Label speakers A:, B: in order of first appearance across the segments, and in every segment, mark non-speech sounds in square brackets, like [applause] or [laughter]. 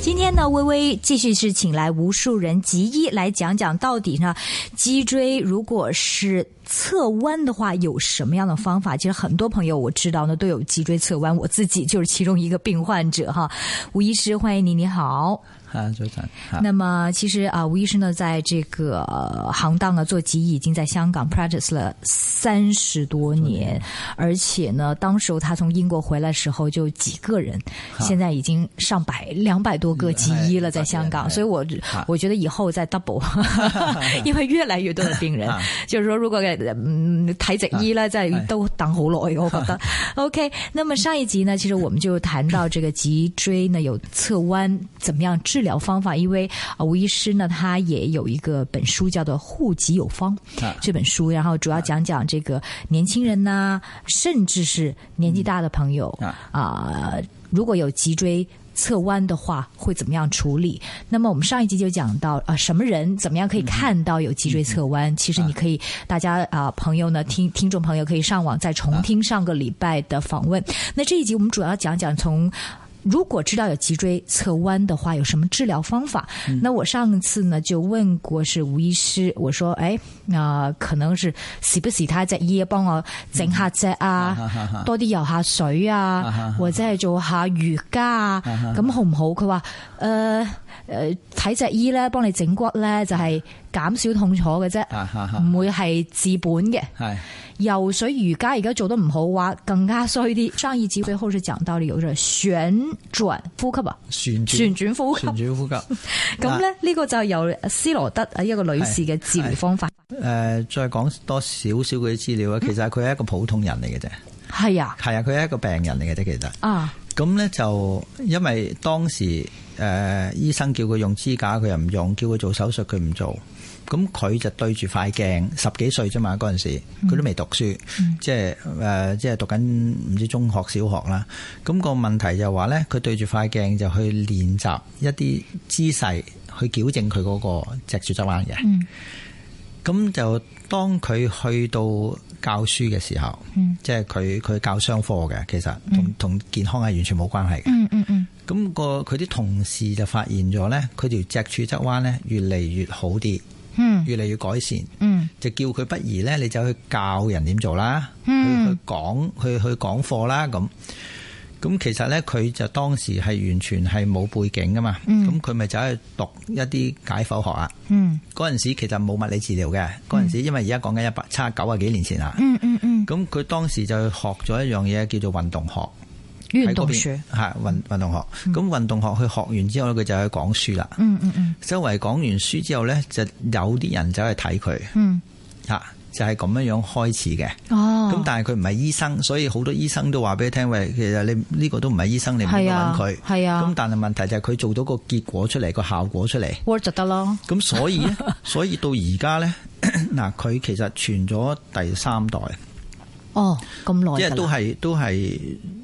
A: 今天呢，微微继续是请来无数人集一来讲讲到底呢，脊椎如果是侧弯的话，有什么样的方法？其实很多朋友我知道呢，都有脊椎侧弯，我自己就是其中一个病患者哈。吴医师，欢迎你，你好。
B: 啊，早晨。啊
A: 那么其实啊，吴医师呢，在这个、呃行当啊做脊医已经在香港 practice 了三十多年，而且呢，当时候他从英国回来时候就几个人，
B: 啊
A: 现在已经上百两百多个脊医了，在香港。
B: 嗯哎
A: 所以我
B: 啊
A: 我觉得以后再 double，因为越嚟越多嘅病人，
B: 啊
A: [laughs] 就是說如果嘅嗯睇脊醫咧，真
B: 哎
A: 係都等好耐，我覺
B: [laughs]
A: 得。OK，那么上一集呢，其實我們就談到這個脊椎呢有側彎，怎麼樣治療方法？因為啊吳醫師呢，他也有一個本書叫做《护脊有方》
B: 啊
A: 這本書，然後主要講講這個年輕人呐、甚至是年紀大的朋友
B: 啊
A: 啊、如果有脊椎。侧弯的话会怎么样处理？那么我们上一集就讲到啊、呃什么人怎么样可以看到有脊椎侧弯？其实你可以，大家啊、朋友呢，听听众朋友可以上网再重听上个礼拜的访问。那这一集我们主要讲讲从。如果知道有脊椎侧弯的话，有什么治疗方法？那我上次呢就问过是吴医师，我说哎，啊、可能是时不时睇只医帮我整下只啊，多啲游下水
B: 啊哈
A: 啊
B: 哈，
A: 或者係做下瑜伽啊，咁好唔好？佢話誒誒睇只醫咧，幫你整骨咧，就係減少痛楚嘅啫，
B: 啊哈哈，
A: 唔會係治本嘅。
B: 系
A: 游水瑜伽而家做得唔好嘅話，更加衰啲。上一集最後是講到了有着旋轉呼吸啊，
B: 旋轉
A: 旋轉呼吸。
B: 旋啊轉呼吸。
A: 咁咧呢個就由斯羅德啊一個女士嘅治療方法。
B: 誒、再講多少少佢啲資料啊。其實佢係一個普通人嚟嘅啫，
A: 係啊，
B: 係啊，佢係一個病人嚟嘅啫。其實
A: 啊
B: 咁咧就因為當時誒、醫呃生叫佢用支架，佢又唔用；叫佢做手術，佢唔做。咁佢就對住塊鏡，十幾歲啫嘛嗰陣時，佢都未讀書，即係誒、即係讀緊唔知中學、小學啦。咁、個問題就話咧，佢對住塊鏡就去練習一啲姿勢，去矯正佢嗰個脊柱側彎嘅。咁就當佢去到教書嘅時候，即係佢佢教商科嘅，其實同同健康係完全冇關係嘅。
A: 嗯嗯嗯，
B: 咁、個佢啲同事就發現咗呢，佢條脊柱側彎呢越嚟越好啲，
A: 嗯
B: 越嚟越改善。
A: 嗯
B: 就叫佢不如呢，你走去教人點做啦，去去講去去講課啦咁。咁其實呢，佢就當時係完全係冇背景噶嘛，咁佢咪走去讀一啲解剖學啊。
A: 嗯
B: 嗰陣時其實冇物理治療嘅，嗰陣時因為而家講緊一百七十九啊幾年前啦，
A: 嗯嗯嗯，
B: 咁佢當時就學咗一樣嘢叫做運動學。
A: 運
B: 喺嗰
A: 動
B: 邊
A: 學。
B: 係
A: 嗯
B: 運運動學。咁、運動學佢學完之後咧，佢就去講書啦。
A: 嗯嗯嗯
B: 周圍講完書之後咧，就有啲人走去睇佢
A: 嗯，
B: 嚇，就係咁樣樣開始嘅。
A: 哦。
B: 咁、但係佢唔係醫生，所以好多醫生都話俾佢聽，喂，其實你呢個都唔係醫生，你唔應該
A: 係
B: 揾
A: 啊
B: 佢。
A: 係啊
B: 咁但係問題就係佢做到個結果出嚟，個效果出嚟。
A: word 就得咯。
B: 咁
A: [laughs]
B: 所以咧，所以到而家咧，嗱，佢其實傳咗第三代。
A: 哦，咁
B: 即
A: 耐
B: 係
A: 㗎
B: 都
A: 啦。
B: 係都係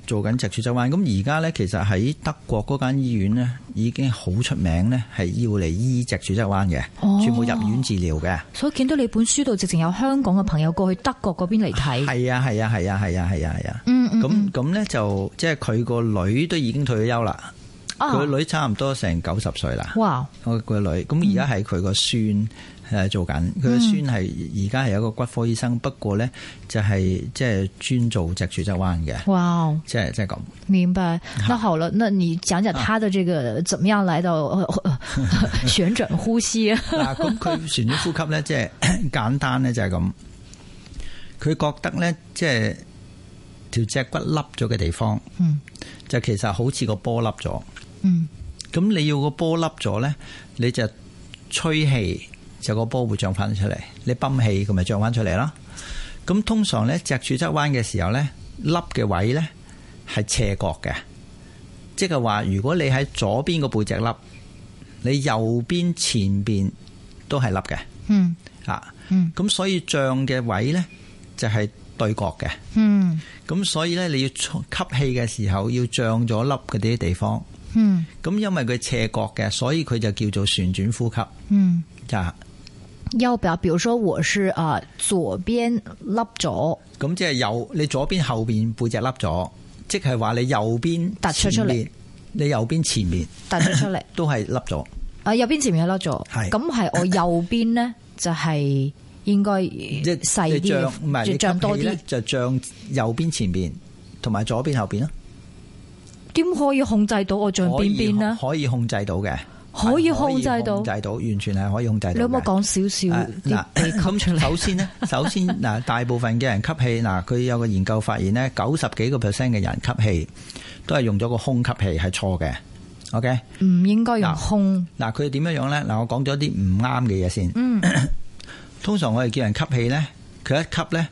B: 做緊脊柱側彎。咁而家呢，其實喺德國嗰間醫院呢，已經好出名呢，係要嚟醫脊柱側彎嘅，
A: 哦
B: 全部入院治療嘅。
A: 所以見到你本書度，直情有香港嘅朋友過去德國嗰邊嚟睇。
B: 係啊係啊係啊係啊係啊係啊。
A: 嗯嗯
B: 咁咁呢，就即係佢個女都已經退咗休啦，
A: 啊
B: 佢個女差唔多成九十歲啦。
A: 哇，
B: 我個女，咁而家係佢個孫誒做緊，
A: 嗯
B: 佢個孫係而家係有一個骨科醫生，不過呢，就係即係專做脊柱側彎嘅，
A: 哇，
B: 即係即係咁。
A: 明白。那好了，那你講講他的這個怎麼樣來
B: [laughs]
A: 到呃旋轉呼吸？
B: 嗱，咁佢旋轉呼吸咧，即 [coughs] 係簡單咧，就係咁。佢覺得咧，即係條脊骨凹咗嘅地方，
A: 嗯
B: 就其實好似個波凹咗。
A: 嗯
B: 咁你要個波凹咗咧，你就吹氣，就個波會漲翻出嚟。你泵氣，佢咪漲翻出嚟咯。咁通常咧，脊柱側彎嘅時候咧，凹嘅位咧係斜角嘅，即係話如果你喺左邊個背脊凹，你右邊前邊都係凹嘅。
A: 嗯
B: 啊，
A: 嗯
B: 咁所以脹嘅位呢，就係對角嘅，
A: 嗯
B: 咁所以呢，你要出吸氣嘅時候要脹咗凹嗰啲地方，
A: 嗯
B: 咁因為佢斜角嘅，所以佢就叫做旋轉呼吸，
A: 嗯。
B: 啊，
A: 要不要？比如說我是啊、呃左邊凹咗，
B: 咁即係右你左邊後邊背脊凹咗，即係話你右邊
A: 突出出嚟
B: 前面你右邊前面
A: 突咗出嚟。
B: 都係凹咗，
A: 啊，右邊前面係凹咗，
B: 係
A: 咁係我右邊
B: [laughs]
A: 咧就係應該呃
B: 即係
A: 細
B: 你
A: 啲
B: 漲
A: 嘅，
B: 唔係
A: 就
B: 你
A: 漲多
B: 多
A: 啲
B: 啲，，就漲右邊前面同埋左邊後邊咯。
A: 點可以控制到我漲邊邊咧？
B: 可以可以控制到嘅，
A: 啊可以
B: 係
A: 控制到
B: 控制到，完全係可以控制到嘅。
A: 你有冇講少少
B: 誒
A: 啲秘笈出
B: 咁
A: 嚟？
B: 啊首先
A: [laughs]
B: 呢，首先嗱，大部分嘅人吸氣嗱，佢有個研究發現呢，九十幾個 percent 嘅人吸氣都係用咗個胸吸氣係錯嘅。OK，
A: 唔應該用
B: 嗱
A: 空，
B: 嗱佢點樣樣呢？嗱，我講咗啲唔啱嘅嘢先。
A: 嗯，
B: [coughs] 通常我哋叫人吸氣呢，佢一吸呢，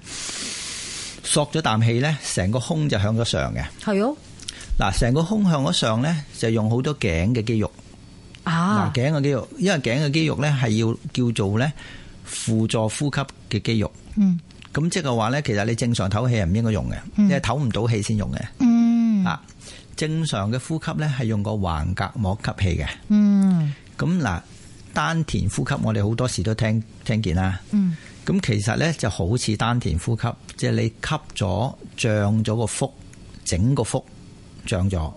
B: 索咗啖氣呢，成個胸就向咗上嘅。
A: 係哦，
B: 嗱，成個胸向咗上呢，就用好多頸嘅肌肉。嗱，
A: 啊，
B: 頸嘅肌肉，因為頸嘅肌肉呢係要叫做呢輔助呼吸嘅肌肉。
A: 嗯
B: 咁即係話呢，其實你正常唞氣係唔應該用嘅，你係唞唔到氣先用嘅。
A: 嗯
B: 啊，正常嘅呼吸呢係用個橫膈膜吸氣嘅。
A: 嗯
B: 咁嗱，丹田呼吸我哋好多時都聽聽見啦。
A: 嗯，
B: 咁其實呢就好似丹田呼吸，即係你吸咗脹咗個腹，整個腹脹咗。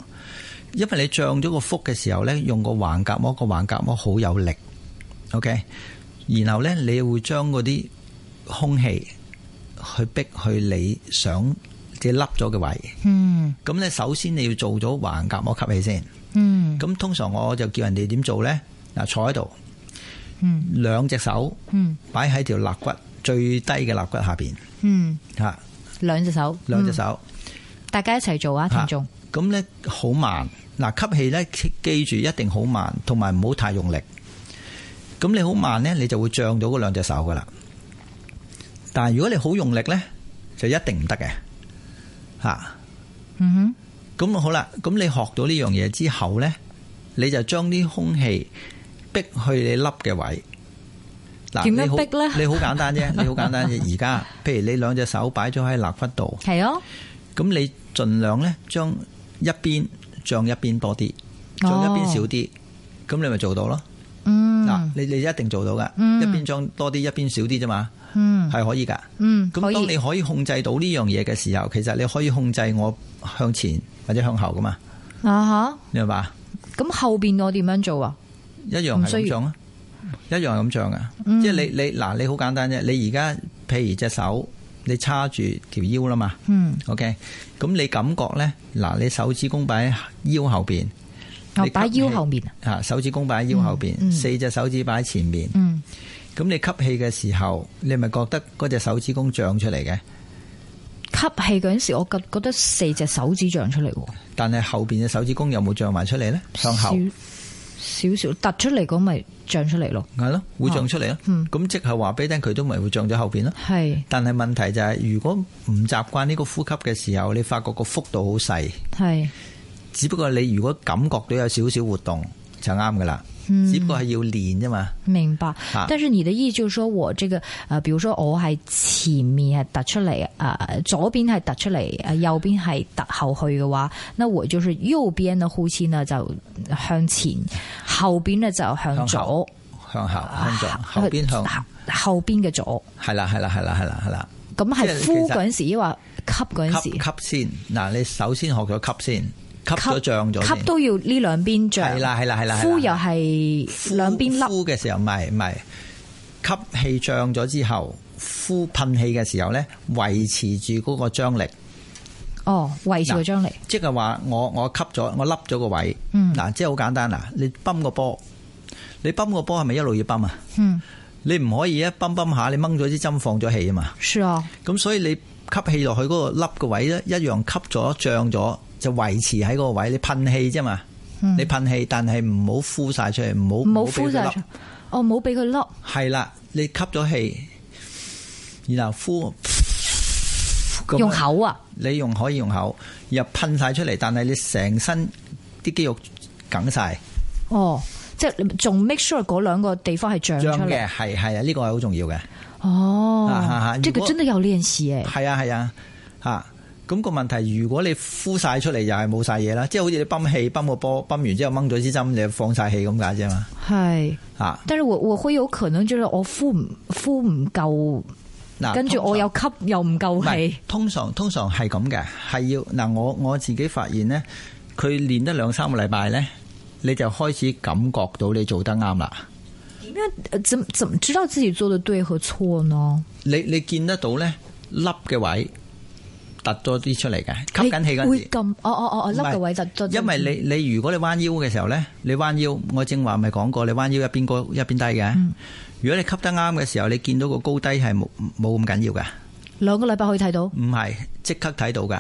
B: 因為你脹咗個腹嘅時候呢，用個橫膈膜，個橫膈膜好有力，OK。然後呢，你會將嗰啲空氣去逼去你想即係凹咗嘅位。
A: 嗯
B: 咁呢，首先你要做咗橫膈膜吸氣先。
A: 嗯
B: 咁通常我就叫人哋點做呢？嗱，坐喺度，
A: 嗯
B: 兩隻手
A: 嗯
B: 擺喺條肋骨最低嘅肋骨下邊
A: 嗯，
B: 嚇，
A: 兩隻手，
B: 兩隻
A: 嗯，
B: 手
A: 大家一齊做啊，聽
B: 嚇
A: 眾，
B: 咁呢，好慢。嗱，吸氣呢，記記住一定好慢，同埋唔好太用力。咁你好慢呢，你就會脹到嗰兩隻手噶啦。但係如果你好用力呢，就一定唔得嘅嚇。
A: 嗯
B: 咁好啦，咁你學到呢樣嘢之後呢，你就將啲空氣逼去你粒嘅位。嗱
A: 點樣
B: 你好
A: 逼呢
B: 你好簡
A: [laughs]
B: 單啫，你好簡單啫。而家，譬如你兩隻手擺咗喺肋骨度，
A: 哼，係哦，
B: 咁你盡量呢將一邊脹一邊多啲，
A: 哦
B: 脹一邊少啲，咁你咪做到咯。
A: 嗯
B: 嗱，你你一定做到噶，
A: 嗯
B: 一邊脹多啲，一邊少啲啫嘛，
A: 嗯
B: 係可以噶。
A: 嗯，可
B: 咁當
A: 以
B: 你，可以控制到呢樣嘢嘅時候，其實你可以控制我向前或者向後噶嘛，
A: 啊哈。
B: 你明白？
A: 咁後邊我點樣做啊？
B: 一樣係
A: 唔需
B: 咁
A: 要
B: 漲啊，一樣係咁漲啊！
A: 嗯
B: 即係你你嗱，你好簡單啫。你而家譬如隻手，你叉住條腰啦嘛
A: 嗯，
B: ，OK？咁你感覺呢，嗱，你手指公擺喺腰後邊，
A: 我
B: 你
A: 擺
B: 吸氣
A: 腰後面啊，
B: 嚇手指公擺喺腰後邊，
A: 嗯嗯
B: 四隻手指擺喺前面。
A: 嗯，
B: 咁你吸氣嘅時候，你咪覺得嗰隻手指公漲出嚟嘅，
A: 吸氣嗰陣時，我覺覺得四隻手指長出嚟喎，
B: 但係後邊嘅手指公有冇漲埋出嚟呢？向後
A: 少少少突出嚟嗰咪長出嚟咯，
B: 係咯，會漲出嚟咯。
A: 嗯
B: 咁即係話俾你聽，佢都咪會漲咗後邊咯。
A: 係
B: 但係問題就係、如果唔習慣呢個呼吸嘅時候，你發覺個幅度好細，
A: 係，
B: 只不過你如果感覺到有少少活動就啱噶啦，
A: 嗯
B: 只不過係要練啫嘛。
A: 明白
B: 啊。
A: 但是你的意思就是說我這個，呃，比如說我係前面係突出嚟，呃，左邊係突出嚟，呃，右邊係突後去嘅話，那我就是右邊嘅呼吸呢就向前，後邊呢就向
B: 向
A: 左啊
B: 後，向後向左，後邊向
A: 後後邊嘅左。
B: 係啦係啦係啦係啦係啦，
A: 咁
B: 即
A: 係
B: 係
A: 呼
B: 其實
A: 嗰陣時，抑或吸嗰陣時，
B: 吸吸先嗱，你首先學咗吸先，吸咗脹咗
A: 吸
B: 先。
A: 都要呢兩邊漲，
B: 係啦係啦係啦係啦
A: 呼又係
B: 呼
A: 兩邊凹，
B: 呼嘅時候，唔係唔係吸氣脹咗之後，呼噴氣嘅時候呢，維持住嗰個張力。
A: 哦，圍住個張力，
B: 即係話我我吸咗我凹咗個位，
A: 嗯
B: 嗱、即係好簡單啦。你泵個波，你泵個波係咪一路要泵啊？
A: 嗯，
B: 你唔可以一泵泵下，你掹咗支針放咗氣啊嘛。
A: 是啊，
B: 咁所以你吸氣落去嗰個凹個位咧，一樣吸咗脹咗，就維持喺嗰個位。你噴氣啫嘛，
A: 嗯
B: 你噴氣，但係唔好呼晒出去，唔好
A: 唔好
B: 俾佢啊
A: 呼晒
B: 凹
A: 出，哦，冇俾佢凹，
B: 係啦，你吸咗氣，然後呼，咁樣
A: 用口啊，
B: 你用可以用口，又噴晒出嚟，但係你成身啲肌肉梗晒，
A: 哦，即係仲 make sure 嗰兩個地方係漲
B: 脹
A: 出嚟，
B: 嘅係係啊，呢個係好重要嘅，啊啊
A: 哦
B: 啊，
A: 即
B: 如
A: 係
B: 果
A: 真係有練習誒，
B: 係啊係啊嚇。咁個問題，如果你呼晒出嚟又係冇晒嘢啦，即係好似你泵氣泵個波，泵完之後掹咗支針，你就放晒氣咁解啫嘛
A: 係，
B: 嚇。
A: 但係我我會有可能就是我呼唔呼唔夠，
B: 嗱，
A: 跟住
B: 啊通常
A: 我又吸又唔夠
B: 唔係
A: 氣，
B: 通常通常係咁嘅，係要嗱我我自己發現呢，佢練得兩三個禮拜呢，你就開始感覺到你做得啱啦。
A: 呃怎怎么知道自己做的对和错呢？
B: 你你見得到呢凹嘅位突咗啲出嚟嘅，吸緊氣嗰
A: 你
B: 陣
A: 會
B: 時。
A: 咁，哦哦哦哦，粒嘅位就就
B: 因為你你如果你彎腰嘅時候呢，你彎腰，我正話咪講過，你彎腰一邊高一邊低嘅。
A: 嗯
B: 如果你吸得啱嘅時候，你見到個高低係冇冇咁緊要嘅，
A: 兩個禮拜可以睇到，
B: 唔係即刻睇到嘅。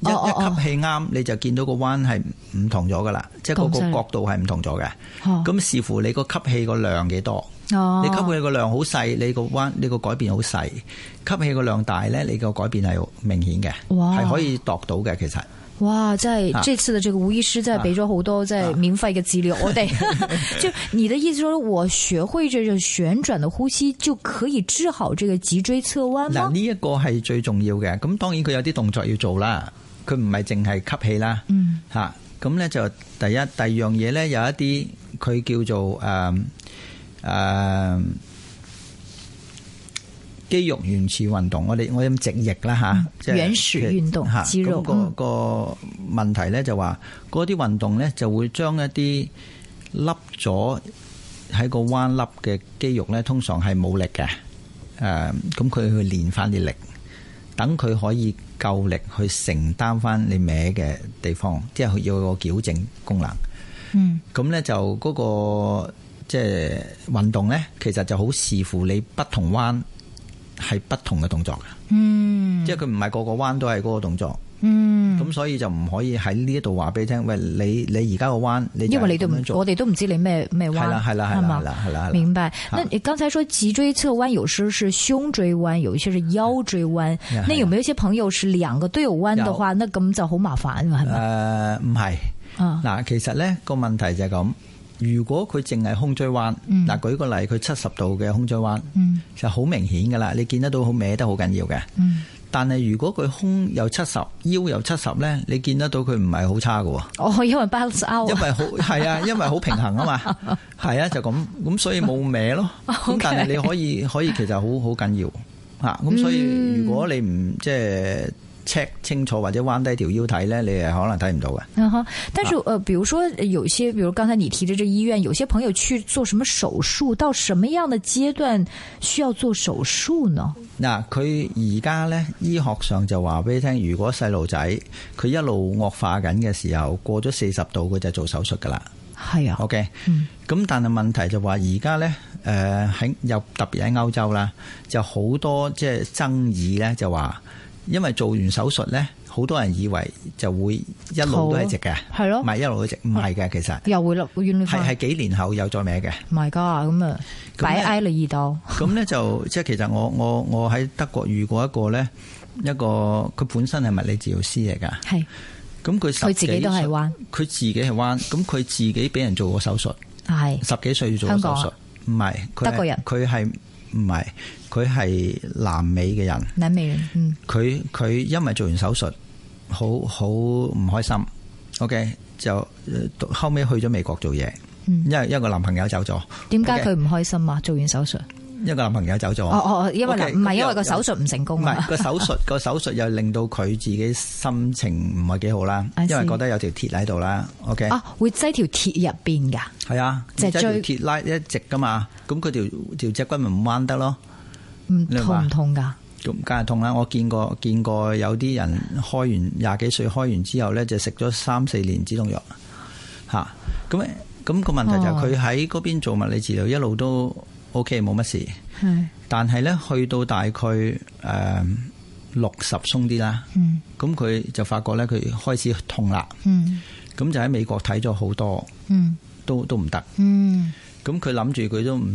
B: 一
A: 哦哦
B: 一吸氣啱，你就見到個彎係唔同咗噶啦，即係嗰
A: 咁犀
B: 個
A: 利
B: 角度係唔同咗嘅。
A: 哦
B: 咁視乎你個吸氣個量幾多。
A: 哦
B: 你吸氣個量好細，你個彎你個改變好細；吸氣個量大呢，你個改變係好明顯嘅，
A: 哇
B: 係可以度到嘅其實。
A: 哇！真係
B: 啊
A: 這次的這個吳醫師真係俾咗好多即係免費嘅資料我
B: [laughs]
A: 哋。 [laughs] 就你的意思說，我學會這個旋轉的呼吸就可以治好這個脊椎側彎
B: 嗱，
A: 嗎？
B: 呢一個係最重要嘅。咁當然佢有啲動作要做啦，佢唔係淨係吸氣啦。
A: 嗯，
B: 嚇，咁咧就第一，第二樣嘢咧有一啲佢叫做誒誒、嗯肌肉原始運動，我哋我咁直譯啦吓，即係
A: 嗯原始運動
B: 嚇
A: 肌肉
B: 咁、個
A: 嗯
B: 個問題咧就話嗰啲運動咧就會將一啲凹咗喺個彎凹嘅肌肉咧，通常係冇力嘅。誒，咁佢去練翻啲力，等佢可以夠力去承擔翻你歪嘅地方，即係佢要有個矯正功能。
A: 嗯，
B: 咁呢就嗰、個即係運動呢，其實就好視乎你不同彎係不同嘅動作嘅，
A: 嗯
B: 即係佢唔係個個彎都係嗰個動作。
A: 嗯，
B: 咁、所以就唔可以喺呢一度話俾你聽，喂，你你而家個彎，你就
A: 因為你都
B: 咁
A: 唔
B: 樣，做
A: 我哋都唔知你咩咩彎，
B: 係啦係啦係
A: 係
B: 啦
A: 嘛
B: 係啦係啦係啦。
A: 明白。那你刚才说脊椎侧弯，有时候是胸椎弯，有一些是腰椎弯。那有没有一些朋友是两个都有弯的话，那咁就好麻烦啦，系咪？
B: 誒呃唔係。
A: 啊，
B: 嗱，其實呢個問題就係咁，如果佢淨係胸椎彎，嗱、舉個例，佢七十度嘅胸椎彎，
A: 嗯
B: 就好明顯噶啦，你見得到好歪得好緊要嘅。
A: 嗯，
B: 但係如果佢胸有七十，腰有七十呢，你見得到佢唔係好差嘅喎。
A: 哦，因為 balance
B: 因
A: out 啊
B: 為好
A: [laughs]
B: 係啊，因為好平衡啊嘛，係啊，就咁咁，所以冇歪
A: [laughs]
B: 咯。咁
A: OK
B: 但係你可以可以其實好好緊要嚇，咁所
A: 嗯
B: 以如果你唔即係 check 清楚或者彎低條腰睇呢，你係可能睇唔到嘅。
A: 嗯哼，但
B: 啊
A: 是呃，比如说呃有一些，比如刚才你提的这医院，有些朋友去做什么手术，到什么样的阶段需要做手术呢？
B: 嗱，佢而家呢，醫學上就話俾你聽，如果細路仔佢一路惡化緊嘅時候，過咗四十度佢就做手術噶啦。
A: 係啊，
B: OK，
A: 嗯
B: 咁但係問題就話而家呢，誒喺又特別喺歐洲啦，就好多即係爭議呢，就話因為做完手術呢，好多人以為就會一路都係直嘅，
A: 係
B: 唔
A: 咯，
B: 係一路都直，唔係嘅其實
A: 又會啦，會冤
B: 係係
A: 翻，
B: 幾年後又再歪嘅。
A: my god，咁啊，
B: 咁
A: 擺
B: 咧
A: 挨啦二刀，
B: 咁呢就即係其實我我我喺德國遇過一個呢，一個佢本身係物理治療師嚟㗎，
A: 係
B: 咁佢
A: 佢
B: 十
A: 自己都係
B: 幾歲
A: 彎，
B: 佢自己係彎，咁佢自己俾人做過手術，
A: 係
B: 十幾歲做過手術，唔係佢係
A: 啊德國人
B: 佢係唔係佢係南美嘅人，
A: 南美人，嗯。
B: 佢佢因為做完手術好好唔開心，OK 就呃後尾去咗美國做嘢，
A: 嗯
B: 因為一個男朋友走咗，
A: 點解
B: OK，
A: 佢唔開心啊？做完手術，
B: 一個男朋友走咗，
A: 哦哦，哦因為
B: OK，
A: 嗱唔係
B: 咁
A: 因為
B: 又
A: 個手術唔成
B: 唔
A: 功
B: 係
A: 啊，
B: 個手術 [laughs] 個手術又令到佢自己心情唔係幾好啦，
A: I see
B: 因為覺得有條鐵喺度啦，OK
A: 啊會擠條鐵入邊㗎，
B: 係啊，
A: 脊
B: 即係條
A: 椎
B: 鐵拉一直噶嘛，咁佢條條脊骨咪唔彎得咯，
A: 唔
B: 你
A: 痛
B: 話
A: 唔嗯痛㗎？
B: 咁梗係痛啦。我見過見過有啲人開完廿幾歲開完之後咧，就食咗三四年止痛藥嚇。咁咁個問題就係
A: 哦
B: 佢喺嗰邊做物理治療一路都 OK 冇乜事，
A: 係，
B: 但係咧去到大概誒六十鬆啲啦，
A: 嗯
B: 咁佢就發覺咧佢開始痛啦，
A: 嗯
B: 咁就喺美國睇咗好多
A: 嗯
B: 都都唔得。
A: 嗯
B: 咁佢諗住佢都唔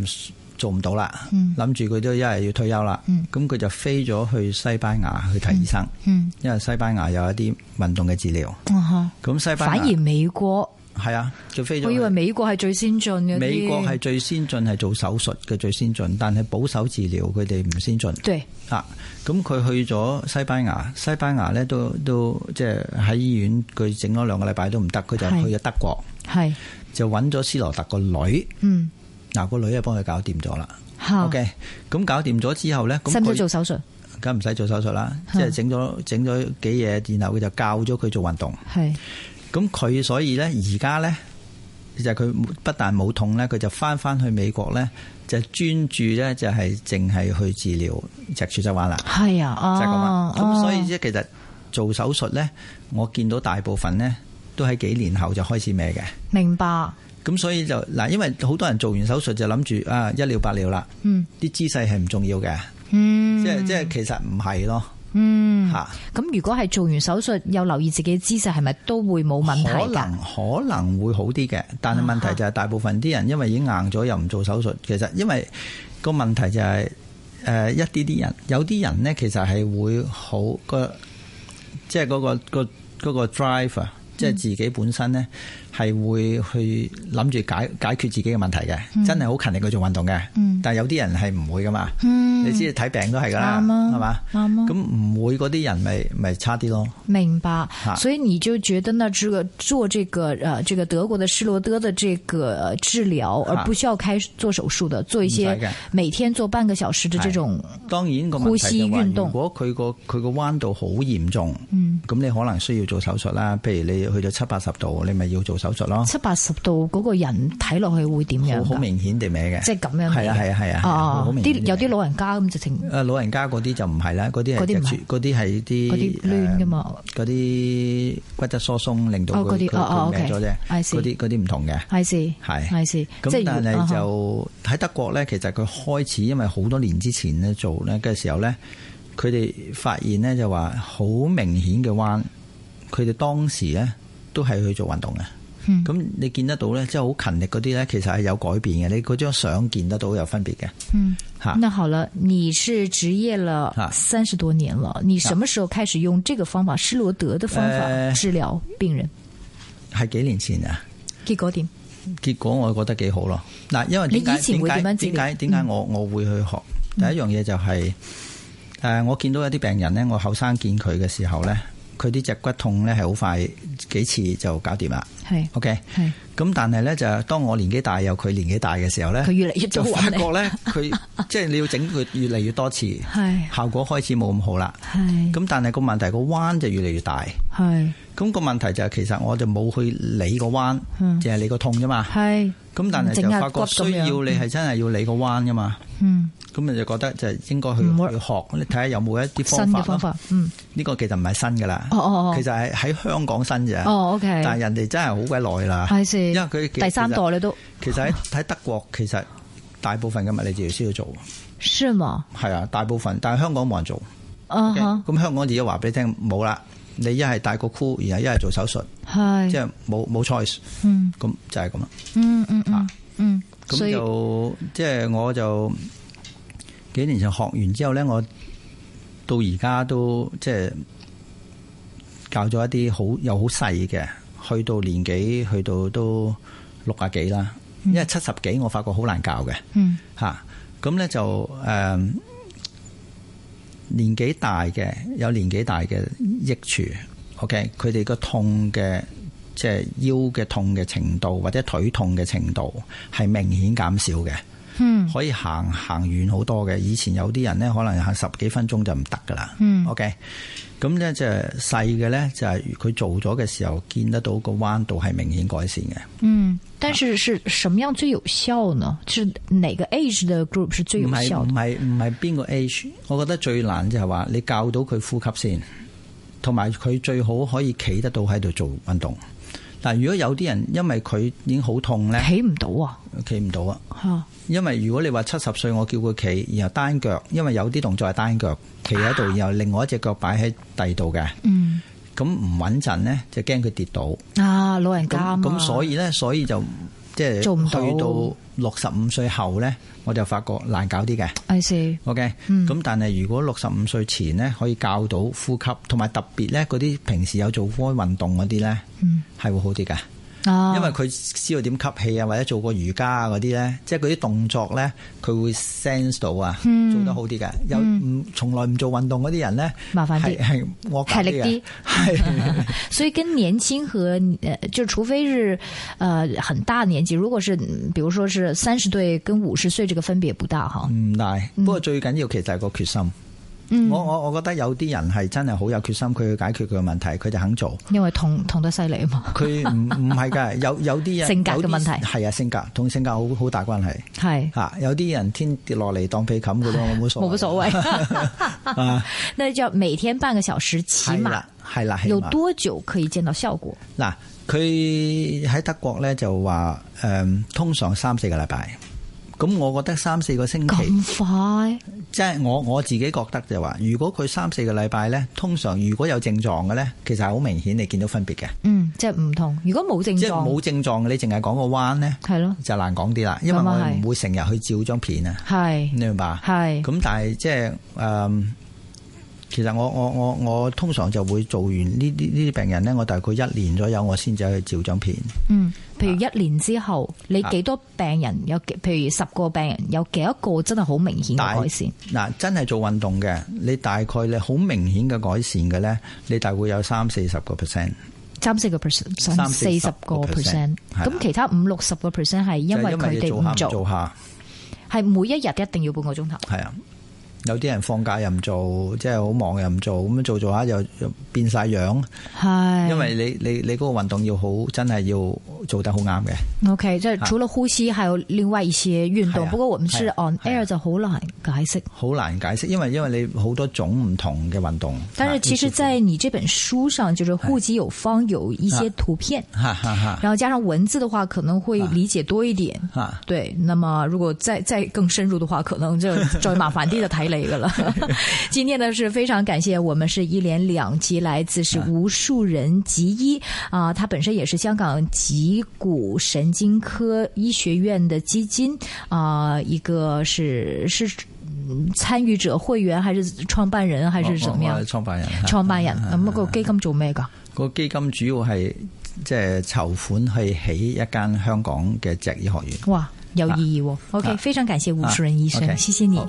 B: 做唔到啦
A: 嗯，
B: 諗住佢都一係要退休啦，
A: 嗯
B: 咁佢就飛咗去西班牙去睇醫生，
A: 嗯，
B: 因為西班牙有一啲運動嘅治療。
A: 啊哈
B: 咁西班
A: 反而
B: 牙
A: 美國，
B: 係啊，佢飛咗
A: 我以為
B: 去。
A: 美國係最先進嘅，
B: 美國係最先進，係做手術嘅最先進，但係保守治療佢哋唔先進
A: 對，
B: 啊。咁佢去咗西班牙，西班牙呢都都即係喺醫院，佢整咗兩個禮拜都唔得，佢就
A: 係
B: 去咗德國，
A: 係
B: 就揾咗斯羅特個女，
A: 嗯
B: 嗱個女啊幫佢搞掂咗啦。
A: 嚇，
B: OK，咁搞掂咗之後呢，咁
A: 啊使唔使
B: 佢
A: 做手術？
B: 梗唔使做手術啦，
A: 嚇
B: 即係整咗整咗幾嘢，然後佢就教咗佢做運動。
A: 係
B: 咁佢所以呢，而家呢，就係佢不但冇痛呢，佢就翻翻去美國呢，就專注呢，就係淨係去治療脊柱側彎啦，
A: 係啊，
B: 就係咁
A: 啊
B: 啊。咁所以即係其實做手術呢，我見到大部分呢，都喺幾年後就開始歪嘅。
A: 明白，
B: 咁所以就嗱，因為好多人做完手術就諗住啊一了百了啦，
A: 嗯
B: 啲姿勢係唔重要嘅，
A: 嗯
B: 即係即係其實唔係咯
A: 嗯。
B: 嚇。
A: 咁如果係做完手術又留意自己嘅姿勢，係咪都會冇問
B: 可
A: 題㗎？啊
B: 能可能會好啲嘅，但係問題就係大部分啲人因為已經硬咗又唔做手術，其實因為個問題就係、誒、一啲啲人，有啲人呢其實係會好個，即係嗰個個嗰個 drive
A: 嗯
B: 啊，即係自己本身呢係會去諗住解解決自己嘅問題嘅，真係好勤力去做運動嘅。但係有啲人係唔會噶嘛，
A: 嗯
B: 你知睇病都係噶啦，
A: 啱啊
B: 係嘛？
A: 啱啊
B: 咁唔會嗰啲人咪咪差啲咯。
A: 明白，
B: 啊
A: 所以你就觉得呢，这个做这个呃，这个德国的施罗德的这个呃治疗，而不需要开做手术的，做一
B: 唔使
A: 些
B: 嘅
A: 每天做半个小时的这种，
B: 當然個
A: 呼
B: 問
A: 吸
B: 題就話，
A: 運動
B: 如果佢個佢個彎度好嚴重，咁、
A: 嗯
B: 你可能需要做手術啦。譬如你去到七八十度，你咪要做手術咯，
A: 七八十度嗰個人睇落去會點樣
B: 哦好好
A: 㗎？
B: 明顯地歪嘅。
A: 即係咁樣嘅
B: 係啊係啊係啊，
A: 哦
B: 好明顯
A: 啲
B: 地歪
A: 有啲老人家咁直情
B: 誒老人家嗰啲就唔係啦，嗰啲
A: 嗰
B: 係
A: 啲唔係
B: 脊柱嗰啲係啲呃
A: 嗰啲攣㗎嘛
B: 誒嗰啲骨質疏鬆令到
A: 哦嗰
B: 佢
A: 啲
B: 佢
A: 哦哦
B: 佢歪
A: OK，
B: 咗
A: I
B: 啫，
A: see
B: 嗰啲嗰啲唔同嘅。
A: I see
B: 係
A: I see，即
B: 咁
A: 係
B: 但
A: 如
B: 係
A: 啊
B: 就喺德國咧，其實佢開始因為好多年之前咧做咧嘅時候咧，佢哋發現咧就話好明顯嘅彎，佢哋當時咧都係去做運動嘅。
A: 嗯
B: 咁、你見得到咧，即係好勤力嗰啲咧，其實係有改變嘅。你嗰張相見得到有分別嘅
A: 嗯。
B: 嚇。
A: 那好了，你是职业了
B: 啊
A: 三十多年了，你什么时候开始用这个方法施罗德的方法
B: 呃
A: 治疗病人？
B: 係幾年前啊，
A: 結果點？
B: 結果我覺得幾好咯。嗱，因為點
A: 你
B: 解
A: 以前
B: 點
A: 會
B: 解
A: 點樣治嗯療
B: 點解點解我我會去學？第一樣嘢就係、誒、我見到有啲病人呢，我後生見佢嘅時候呢，佢啲脊骨痛呢係好快幾次就搞掂啦。
A: 係
B: OK，
A: 係
B: 咁但係呢，就係當我年紀大有佢年紀大嘅時候呢，
A: 佢越嚟越
B: 就
A: 多
B: 發
A: 揾你
B: 覺呢，
A: [laughs]
B: 佢即係你要整佢越嚟越多次，
A: 係
B: 效果開始冇咁好啦。
A: 係
B: 咁但係個問題個彎就越嚟越大。
A: 係
B: 咁、個問題就係、其實我就冇去理個彎，
A: 嗯
B: 淨係理個痛啫嘛。
A: 係，
B: 咁但係就
A: 整下
B: 發
A: 骨
B: 覺
A: 咁
B: 需要
A: 樣
B: 你係真係要理個彎噶嘛，
A: 嗯，
B: 咁你就覺得就係應該去
A: 唔 work
B: 去學，你睇下有冇一啲
A: 新
B: 方法
A: 嘅
B: 咯
A: 方法，嗯，
B: 呢個其實唔係新噶啦，
A: 哦哦哦
B: 其實係喺香港新咋，
A: 哦，OK，
B: 但係人哋真係好鬼耐啦，
A: 係先，
B: 因為佢其
A: 第三代你都
B: 其實喺喺德國其實大部分嘅物理治療師要做，
A: 是嘛？
B: 係啊，大部分，但係香港冇人做，
A: 啊
B: OK，
A: 哈，
B: 咁香港自己話俾你聽冇啦，你一係戴個箍，然後一係做手術，即
A: 係，
B: 係冇冇 choice，
A: 嗯
B: 咁就係咁啦。
A: 嗯嗯嗯嗯，所
B: 啊咁
A: 以
B: 就即係我就幾年前學完之後咧，我到而家都即係教咗一啲好又好細嘅，去到年紀去到都六啊幾啦，因為七十幾我發覺好難教嘅
A: 嗯
B: 吓，咁咧就誒、嗯年紀大嘅有年紀大嘅益處，OK，佢哋個痛嘅。即係腰嘅痛嘅程度或者腿痛嘅程度係明顯減少嘅，
A: 嗯
B: 可以行行遠好多嘅。以前有啲人呢，可能行十幾分鐘就唔得噶啦。
A: 嗯
B: OK，咁呢就係細嘅呢，就係佢做咗嘅時候見得到個彎度係明顯改善嘅。
A: 嗯，但是是什么样最有效呢？是哪个 age 的 group 是最
B: 唔
A: 有
B: 係
A: 效
B: 唔
A: 的？
B: 係唔係邊個 age？我覺得最難就係話你教到佢呼吸先，同埋佢最好可以企得到喺度做運動。但如果有啲人因為佢已經好痛呢，
A: 起唔到啊，
B: 企唔到啊。
A: 吓，
B: 因為如果你話七十歲，我叫佢企，然後單腳，因為有啲動作係單腳企喺
A: 啊
B: 度，然後另外一隻腳擺喺第二度嘅，
A: 嗯。
B: 咁唔穩陣呢，就驚佢跌倒。
A: 啊，老人家啊
B: 咁
A: 嘛
B: 咁所以呢，所以就即係
A: 做唔到
B: 去到六十五歲後呢，我就發覺難搞啲嘅。
A: I see，
B: OK，咁、
A: 嗯
B: 但係如果六十五歲前呢，可以教到呼吸，同埋特別呢嗰啲平時有做開運動嗰啲呢，係、會好啲嘅。
A: 嗯啊，
B: 因為佢知道點吸氣啊，或者做過瑜伽啊嗰啲呢，即係嗰啲動作呢，佢會 sense 到啊，
A: 嗯
B: 做得好啲嘅。有唔從來唔做運動嗰啲人呢，
A: 麻煩嗯啲
B: 係係惡搞
A: 吃力
B: 啲
A: 啲
B: 嘅，係
A: [laughs] 所以跟年轻和呃，就除非是呃很大年纪，如果是嗯比如说是
B: 嗯
A: 三十岁跟五十岁，这个分别不大哈。
B: 唔大。不過最緊要其實係個決心，
A: 嗯
B: 我我我覺得有啲人係真係好有決心，佢去解決佢嘅問題，佢就肯做。
A: 因為痛痛得犀利啊嘛，
B: 佢唔唔係㗎，有有啲人
A: 性格嘅
B: 有
A: 問
B: 啲
A: 題
B: 係啊，性格同性格好好大關係
A: 係。
B: 嚇、有啲人天跌落嚟當被冚嘅咯，我冇所謂。
A: 冇
B: [laughs]
A: 所謂，
B: 啊，
A: [laughs] 那就每天半個小時起
B: [laughs] 係
A: 碼
B: 啦，係啦，起
A: 有
B: 碼
A: 多久可以見到效果？
B: 嗱，佢喺德國咧就話誒、嗯通常三四個禮拜。咁我覺得三四個星期，
A: 咁快
B: 即係我我自己覺得就話，如果佢三四個禮拜呢，通常如果有症狀嘅呢，其實係好明顯你見到分別嘅。
A: 嗯，即係唔同。如果冇症
B: 即係
A: 狀，
B: 冇症狀嘅，你淨係講個彎呢，
A: 係咯，
B: 就難講啲啦，因為我
A: 咁啊
B: 哋
A: 係
B: 唔會成日去照張片啊，
A: 係
B: 你明白？
A: 係
B: 咁但係即係誒、嗯其實我我我我通常就會做完呢啲呢啲病人呢，我大概一年左右我先至去照張片。
A: 嗯，譬如
B: 啊
A: 一年之後，你幾多病人有幾？譬如十個病人有幾多個真係好明顯嘅改善？
B: 嗱，真係做運動嘅，你大概你好明顯嘅改善嘅呢，你大概有三四十個 percent，
A: 三四個 percent，
B: 三
A: 四
B: 四
A: 十
B: 十
A: 個
B: 個
A: percent
B: percent，。係啦
A: 咁其他五六十個 percent 係因
B: 就
A: 為
B: 係
A: 佢
B: 你
A: 哋
B: 做
A: 唔
B: 下唔
A: 做，
B: 做下，
A: 係每一日一定要半個鐘頭。
B: 係啊。有啲人放假又唔做，即係好忙又唔做，咁樣做做下又又變晒樣，
A: 係，
B: 因為你你你嗰個運動要好，真係要做得好啱嘅。
A: OK，即係除了呼吸，還有另外一些運動。
B: 啊係啊
A: 不過我們是
B: 係啊
A: on
B: 係
A: air
B: 啊
A: 就好難解釋。
B: 好難解釋，因為因為你好多種唔同嘅啊運動。
A: 但是其實，在你這本書上，
B: 啊
A: 就是户籍有方有一些圖片，
B: 哈哈哈
A: 然後加上文字的話，可能
B: 啊
A: 會理解多一點。
B: 哈，
A: 對，那麼如果再再更深入的話，可能就再麻煩啲就睇你噶啦。今天呢是非常感謝，我們是一連兩集，來自是吴树人吉医啊，他本身也是香港脊骨神经科医学院的基金啊，一个是是嗯参与者会员还是创办人还是怎么
B: 我我我
A: 樣
B: 係創辦人，
A: 創辦人咁個基金做咩㗎？
B: 個基金主要係即係籌款去起一間香港嘅脊醫學院。
A: 哇，有意義喎！OK，
B: 啊
A: 非常感謝吴樹人醫生，
B: 啊，OK，
A: 謝謝你
B: 好。